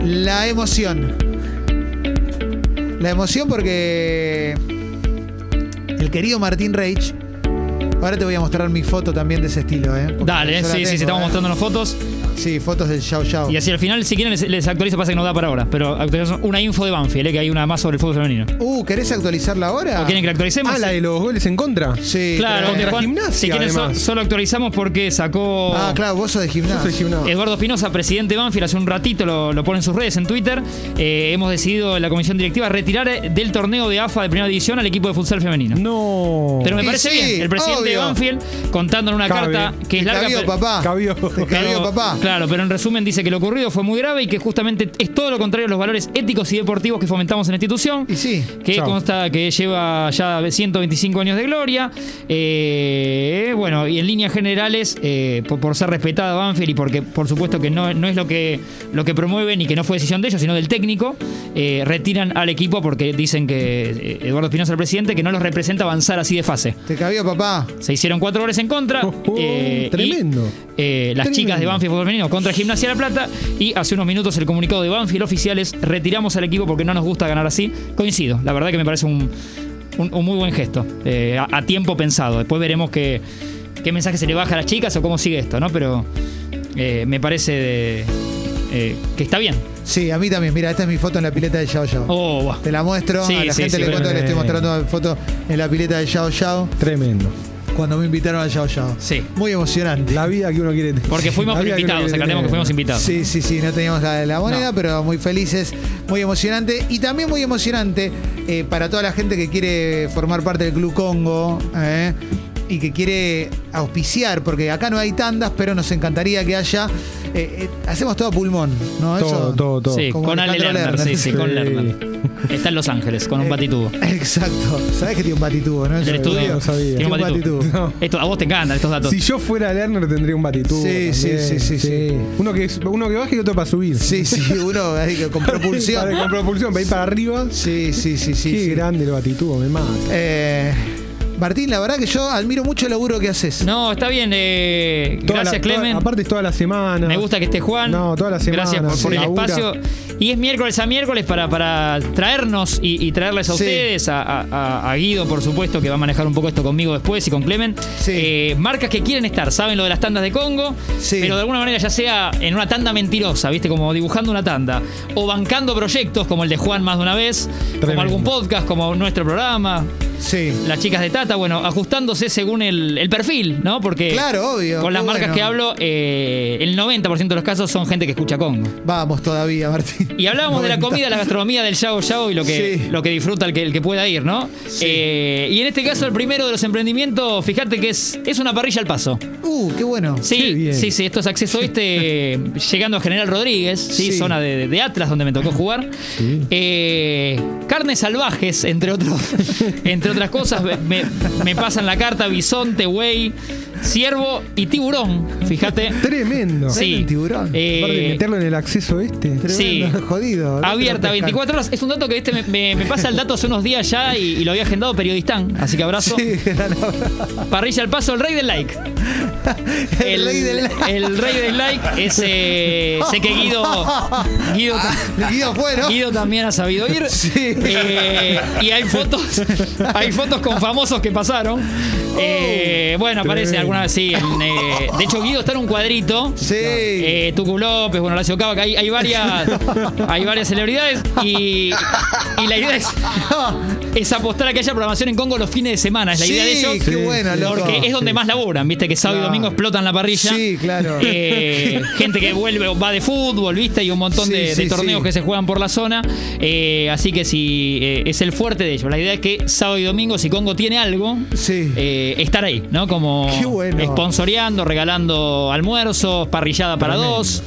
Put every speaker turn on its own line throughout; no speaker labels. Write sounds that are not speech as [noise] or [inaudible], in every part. La emoción. La emoción porque el querido Martín Reich. Ahora te voy a mostrar mi foto también de ese estilo, ¿eh? Porque
Dale,
yo la
sí, sí,
tengo,
sí, estamos
¿eh?
mostrando las fotos.
Sí, fotos del Yao Yao.
Y así al final, si quieren, les, les actualizo, pasa que no da para ahora. Pero actualizo una info de Banfield, eh, que hay una más sobre el fútbol femenino.
Uh, ¿querés actualizarla ahora?
¿O quieren que la actualicemos?
Ah, la de los goles en contra.
Sí.
Claro,
trae-
Contra
Juan,
Gimnasia,
si quieren, so-
además.
solo actualizamos porque sacó.
Ah, claro, vos sos de
Yo soy
gimnasio.
gimnasta.
Eduardo Espinosa, presidente de Banfield, hace un ratito lo, lo pone en sus redes, en Twitter. Eh, hemos decidido en la comisión directiva retirar eh, del torneo de AFA de primera división al equipo de futsal femenino.
No.
Pero me
Y
parece
sí,
bien, el presidente de
obvio.
Banfield contando en una
Cabe.
carta que es
Te
larga.
cabió,
pero-
papá.
Cabió.
Te cabió,
pero-
papá.
Claro, pero en resumen dice que lo ocurrido fue muy grave y que justamente es todo lo contrario a los valores éticos y deportivos que fomentamos en la institución.
Y sí.
Que
Chao.
consta que lleva ya 125 años de gloria. Eh, bueno, y en líneas generales, eh, por, por ser respetada Banfield y porque, por supuesto, que no, no es lo que, lo que promueven y que no fue decisión de ellos, sino del técnico, eh, retiran al equipo porque dicen que eh, Eduardo Espinosa, el presidente, que no los representa avanzar así de fase.
Te cabió, papá.
Se hicieron cuatro goles en contra.
Oh, oh,
eh, y,
tremendo.
eh, las
Tremendo.
chicas de Banfield Fútbol Femenino contra Gimnasia La Plata. Y hace unos minutos el comunicado de Banfield oficial es retiramos al equipo porque no nos gusta ganar así. Coincido, la verdad que me parece un, un- un muy buen gesto. eh, a, a tiempo pensado. Después veremos qué, qué mensaje se le baja a las chicas o cómo sigue esto, ¿no? Pero eh, me parece de- eh, que está bien.
Sí, a mí también. Mira, esta es mi foto en la pileta de Yao Yao.
Oh, buah.
Te la muestro.
Sí,
a la
sí,
gente
sí,
le cuento que le estoy
tremendo.
mostrando la foto en la pileta de Yao Yao
Tremendo.
cuando me invitaron al Yao Yao.
Sí.
Muy emocionante.
La vida que uno quiere tener.
Porque fuimos
La vida uno
invitados,
quiere
aclaremos que
tener.
fuimos invitados.
Sí, sí, sí, no teníamos la, la moneda,
No.
pero muy felices, muy emocionante. Y también muy emocionante eh, para toda la gente que quiere formar parte del Club Congo ¿eh? y que quiere auspiciar, porque acá no hay tandas, pero nos encantaría que haya. eh, eh, hacemos todo a pulmón, ¿no?
Todo,
Eso-
todo, todo.
Sí,
Como
con Ale
Alejandro
Lerner,
Lerner.
sí, sí, con
Sí.
Lerner. Está en Los Ángeles, con un
Eh,
patitubo.
Exacto. ¿Sabés que tiene un patitubo, no?
¿Del
Eso,
estudio?
no,
no sabía.
Tiene
Tiene
un
un
patitubo. [laughs]
patitubo.
No.
Esto, a vos te encantan estos datos.
Si yo fuera Lerner tendría un batitudo.
Sí, sí, sí,
también.
sí, sí.
Uno que, uno que baje y otro para subir.
Sí, sí, uno ahí que con
[laughs] Para, con
propulsión.
propulsión, para ir para arriba.
Sí, sí, sí, sí.
Qué
sí.
grande el batitudo, me mata.
Eh, Martín, la verdad que yo admiro mucho el laburo que haces.
No, está bien. eh,
Toda
gracias,
la- toda-
Clemen.
aparte es toda la semana.
Me gusta que esté Juan.
No, toda la semana,
Gracias por,
sí,
por el
labura.
espacio. Y es miércoles a miércoles para, para traernos y, y traerles a
Sí.
ustedes, a, a- a Guido, por supuesto, que va a manejar un poco esto conmigo después y con Clemen.
Sí.
Eh, marcas que quieren estar, saben lo de las tandas de Congo,
Sí.
pero de alguna manera ya sea en una tanda mentirosa, ¿viste? Como dibujando una tanda, o bancando proyectos como el de Juan más de una vez, como
Tremendo.
algún podcast, como nuestro programa,
Sí.
las chicas de Tata, bueno, ajustándose según el, el perfil, ¿no? Porque
Claro, obvio,
con las
qué
marcas
bueno.
que hablo, eh, el 90% de los casos son gente que escucha Congo.
Vamos todavía, Martín.
Y hablábamos de la
90.
comida, la gastronomía del Yao Yao y lo que,
Sí.
lo que disfruta el que, el que pueda ir, ¿no? Eh, y en este caso, el primero de los emprendimientos, fíjate que es, es una parrilla al paso.
Uh, qué bueno.
Qué
Sí,
bien.
sí, sí, esto es acceso
[laughs]
este, llegando a General Rodríguez, sí,
Sí.
zona de, de Atlas donde me tocó jugar. Eh, carnes salvajes, entre otros, [laughs] entre otras cosas, me- me, me pasan la carta bisonte, güey, ciervo y tiburón, fíjate.
Tremendo.
Sí. Venden tiburón.
Aparte de
Eh,
meterlo en el acceso este.
Tremendo,
sí.
Jodido. ¿no?
Abierta
Te lo pescan.
24 horas. Es un dato que viste, me, me- me pasa el dato hace unos días ya y, y lo había agendado periodistán. Así que abrazo.
Sí, gran abrazo.
Parrilla al paso, el rey del like.
[laughs] el, rey del.
[laughs] el rey del like es. eh, sé que Guido. Guido,
El Guido fue, Ah, ¿no?
Guido también ha sabido ir.
[laughs] Sí.
Eh, y hay fotos. Hay fotos con famosos que pasaron.
Oh.
Eh, bueno, aparece
Tremendo.
alguna vez sí. en, eh, de hecho, Guido está en un cuadrito.
Sí.
Eh, Tucu López, bueno, Horacio Cava, que hay, hay varias, hay varias celebridades y, y la idea es, es apostar a que haya programación en Congo los fines de semana. Es la
sí,
idea de ellos.
qué
Sí,
bueno,
sí.
loco.
Porque es donde más laburan, viste, que sábado y
Claro.
domingo explotan la parrilla.
Sí, claro.
Eh, gente que vuelve, va de fútbol, viste, y un montón
Sí,
de, de
sí,
torneos
sí.
que se juegan por la zona. Eh, así que si eh, es el fuerte de ellos. La idea es que sábado y domingo, si Congo tiene algo,
Sí.
eh, estar ahí, ¿no? Como
Qué bueno.
sponsoreando, regalando almuerzos, parrillada para dos.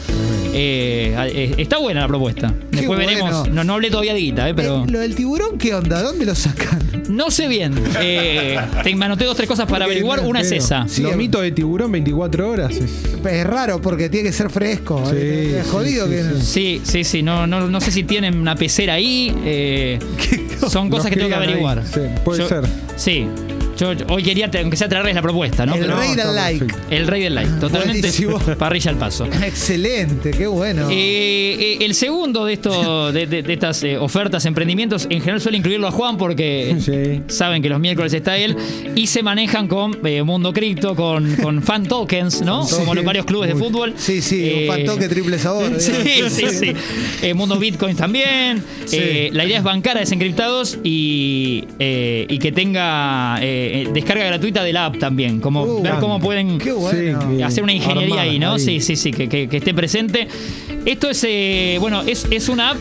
Eh, eh, está buena la propuesta.
Qué
Después
bueno.
veremos. No, no hablé todavía de guita, eh, pero.
Eh, lo del tiburón, ¿qué onda? ¿Dónde lo sacan?
No sé bien. Eh, te me anoté dos, tres cosas para
Porque
averiguar.
no
Una es
espero.
esa.
Sí,
Los
em-
mitos de tiburón 24 horas. es-
Pues Es raro porque tiene que ser fresco.
Sí,
eh, es
sí,
jodido
sí,
que.
sí.
Sí, sí, sí. No, no, no sé si tienen una pecera ahí. eh,
[laughs]
son
Los
cosas que tengo que
crían ahí,
averiguar.
sí, puede ser.
Sí. Yo, yo hoy quería, te- aunque sea traerles la propuesta, ¿no?
El
Pero-
rey del
está
like.
perfecto.
el rey del like, totalmente
Buenísimo.
[laughs] parrilla al paso.
[laughs] Excelente, qué bueno.
Eh, eh, el segundo de, esto, de, de- de estas eh, ofertas, emprendimientos, en general suele incluirlo a Juan porque
Sí.
saben que los miércoles está él y se manejan con eh, Mundo Cripto, con, con fan tokens, ¿no?
Sí.
Como los varios clubes de
Muy-
fútbol.
Sí, sí,
Eh,
un fantoque triple sabor.
[laughs] Sí,
digamos.
sí,
[laughs]
sí. Eh, mundo Bitcoin también.
Sí.
Eh, la idea es bancar a desencriptados y, eh, y que tenga eh, eh, descarga gratuita de la app también. Como
Uh,
ver cómo pueden
Qué bueno.
Sí, bien.
hacer una ingeniería
Armar
ahí, ¿no?
ahí.
Sí, sí, sí, que, que- que esté presente. Esto es, eh, bueno, es, es una app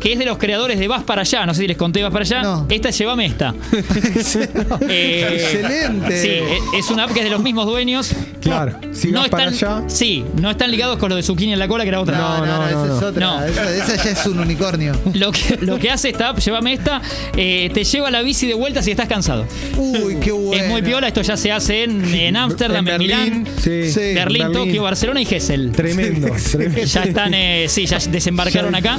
que es de los creadores de Vas para allá. No sé si les conté Vas para allá.
No.
Esta es Llévame esta. Eh,
Excelente.
Sí, eh, es una app que es de los mismos dueños.
Claro. Si vas para
están,
allá.
Sí, no están ligados con lo de Zucchini en la cola, que era otra.
No, no, no,
No, no,
esa
no,
es
no.
otra.
No.
Esa, esa ya es un unicornio.
Lo que, lo que hace esta app, llévame esta, eh, te lleva la bici de vuelta si estás cansado.
Uy, qué bueno.
Es muy piola, esto ya se hace en en Ámsterdam, en, Milán,
Sí.
Sí.
Berlín,
Berlín.
Tokio, Barcelona y Gessel.
Tremendo.
[laughs]
tremendo.
Ya están, eh, sí, ya desembarcaron
Ya-
acá.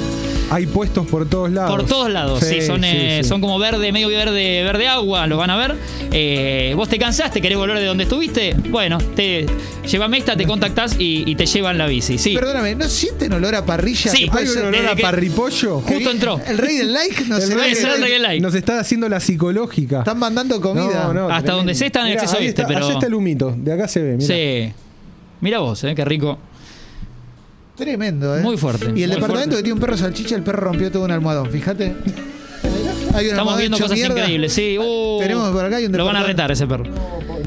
Hay puestos por todos lados.
Por todos lados, sí, son, eh,
sí.
son como verde, medio verde, verde agua, lo van a ver. Eh, vos te cansaste, querés volver de donde estuviste, bueno, te llévame esta, te contactás y, y te llevan la bici. Sí,
Perdóname, ¿no sienten olor a parrilla?
Sí.
Que puede
Hay un
ser-
olor
desde
a
Pues, eh, que- Ju-
parripollo.
Justo entró.
El rey del like, no
El
sé.
rey
Puede ser el rey del like.
Nos está haciendo la psicológica.
Están mandando comida.
No, no,
Hasta
tremendo.
donde sé está en
Mirá,
exceso
ahí
viste,
está,
pero-
Allá está el humito. De acá se ve. Mirá.
sí. Mira vos, eh, qué rico.
Tremendo, ¿eh?
Muy fuerte,
Y
muy
el departamento
fuerte.
que tiene un perro salchicha, el perro rompió todo un almohadón, fíjate. Hay un
Estamos
almohadón
viendo
hecho
cosas
mierda.
increíbles, sí. uh,
Tenemos por acá hay un
Lo van a
departamento-
retar ese perro.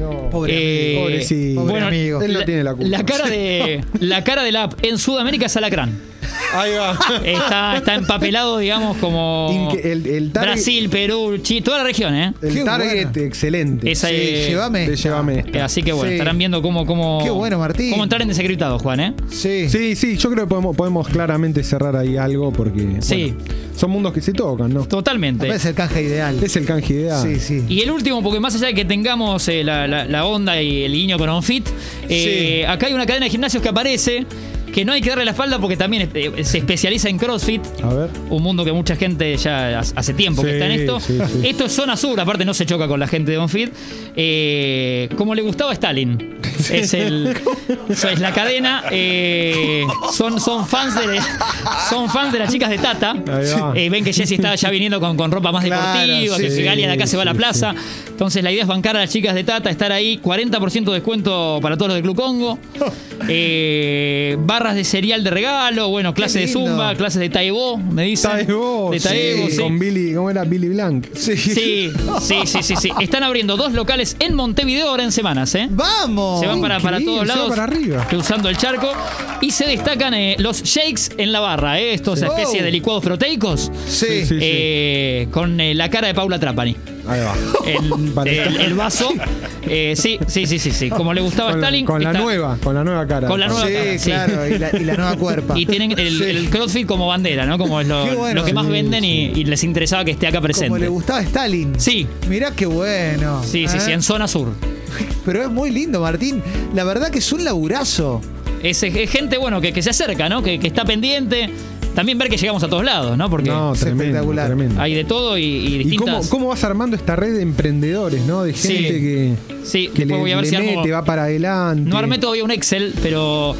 No,
Pobre
Eh,
amigo.
pobrecito.
Pobre
bueno,
amigo.
Él no
la-
tiene la culpa.
La cara de la cara del app en Sudamérica es alacrán.
Ahí va.
Está, está empapelado, digamos, como
Oh, Inque- el- el target-
Brasil, Perú, Chile, toda la región, ¿eh?
Qué
El target,
bueno.
excelente.
Esa
Sí,
eh,
llévame.
Te llévame
eh,
esta.
Así que bueno,
Sí.
estarán viendo cómo, cómo,
Qué bueno, Martín.
cómo entrar en desencriptado, Juan, ¿eh?
Sí.
Sí, sí, yo creo que podemos, podemos claramente cerrar ahí algo porque
Sí.
bueno, son mundos que se tocan, ¿no?
Totalmente.
Capaz Es el canje ideal.
Es el canje ideal.
Sí, sí.
Y el último, porque más allá de que tengamos eh, la, la- la onda y el guiño con OnFit, eh, acá hay una cadena de gimnasios que aparece, que no hay que darle la espalda porque también eh, se especializa en CrossFit.
A ver.
Un mundo que mucha gente ya hace- hace tiempo que
Sí,
está en esto.
sí, sí.
Esto es zona sur, aparte no se choca con la gente de OnFit. Eh, como le gustaba a Stalin. Es,
[laughs]
el, eso es la cadena. eh, son, son, fans de, son fans de las chicas de Tata.
Ahí va.
Eh, ven que Jessy está ya viniendo con, con ropa más
Claro,
deportiva, que
sí,
que Galia de acá se va a la
sí,
plaza. Entonces la idea es bancar a las chicas de Tata, estar ahí, 40% de descuento para todos los del Club Congo,
Oh.
Eh, barras de cereal de regalo, bueno, clases de
lindo.
zumba, clases de taebo, me dicen.
Taebo,
de taebo, sí.
Con Billy, ¿cómo era? Billy Blanc.
Sí.
Sí, sí, sí, sí, sí. Están abriendo dos locales en Montevideo ahora en semanas, ¿eh?
¡Vamos!
Se van para, para
Oh,
todos
increíble, se va
lados.
para arriba.
Cruzando el charco. Y se destacan eh, los shakes en la barra, ¿eh? Estos
Sí.
especies
Oh.
de licuados proteicos.
Sí.
Sí, sí.
eh, Con eh, la cara de Paula Trapani.
Ahí va.
El,
Vale.
el- el
[laughs]
vaso. Eh, sí, sí, sí, sí, sí. Como le gustaba a
Con,
Stalin.
con la
está-
nueva, con la nueva cara.
Con la nueva
Sí,
cara, sí.
claro, Y, la, y la nueva cuerpa.
Y tienen el,
Sí.
el CrossFit como bandera, ¿no? Como es lo,
Qué bueno.
lo que más
Sí,
venden y, y les interesaba que esté acá
Como le
presente.
gustaba a Stalin.
Sí.
Mirá qué bueno.
Sí, sí,
¿eh?
sí,
Ah.
en zona sur.
Pero es muy lindo, Martín. La verdad que es un laburazo.
Es, es gente, bueno, que, que se acerca, ¿no? Que, que está pendiente. También ver que llegamos a todos lados, ¿no? Porque
No,
Es
tremendo,
espectacular.
tremendo.
hay de todo y, y
¿Y
distintas.
cómo, cómo vas armando esta red de emprendedores, no? De
Sí.
gente que,
Sí, después
que le,
voy a ver
le
si armo-
mete, va para adelante.
No armé todavía un Excel, pero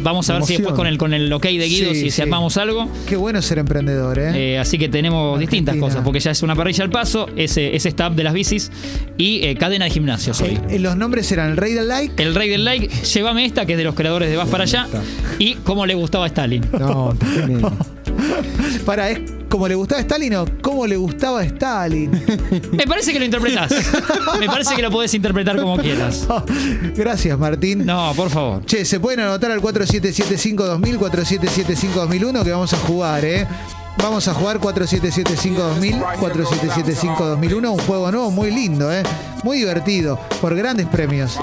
vamos a ver si
Emoción.
después con el, con el ok de Guido
Sí,
si, si
sí.
armamos algo.
Qué bueno ser emprendedor, ¿eh?
Eh, así que tenemos distintas
Argentina.
cosas, porque ya es una parrilla al paso, ese, ese stab de las bicis y eh, cadena de gimnasios hoy.
Eh, Los nombres eran el rey del like.
El rey del like, llévame esta, que es de los creadores de Vas para allá,
Está.
y cómo le gustaba a Stalin.
No, tremendo.
Para, es como le gustaba a Stalin o como le gustaba a Stalin. [laughs]
Me parece que lo interpretás. Me parece que lo podés interpretar como quieras.
Gracias, Martín.
No, por favor.
Che, se pueden anotar al 4775-2000, 4775-2001 que vamos a jugar, ¿eh? Vamos a jugar 4775-2000, 4775-2001, un juego nuevo muy lindo, ¿eh? Muy divertido, por grandes premios.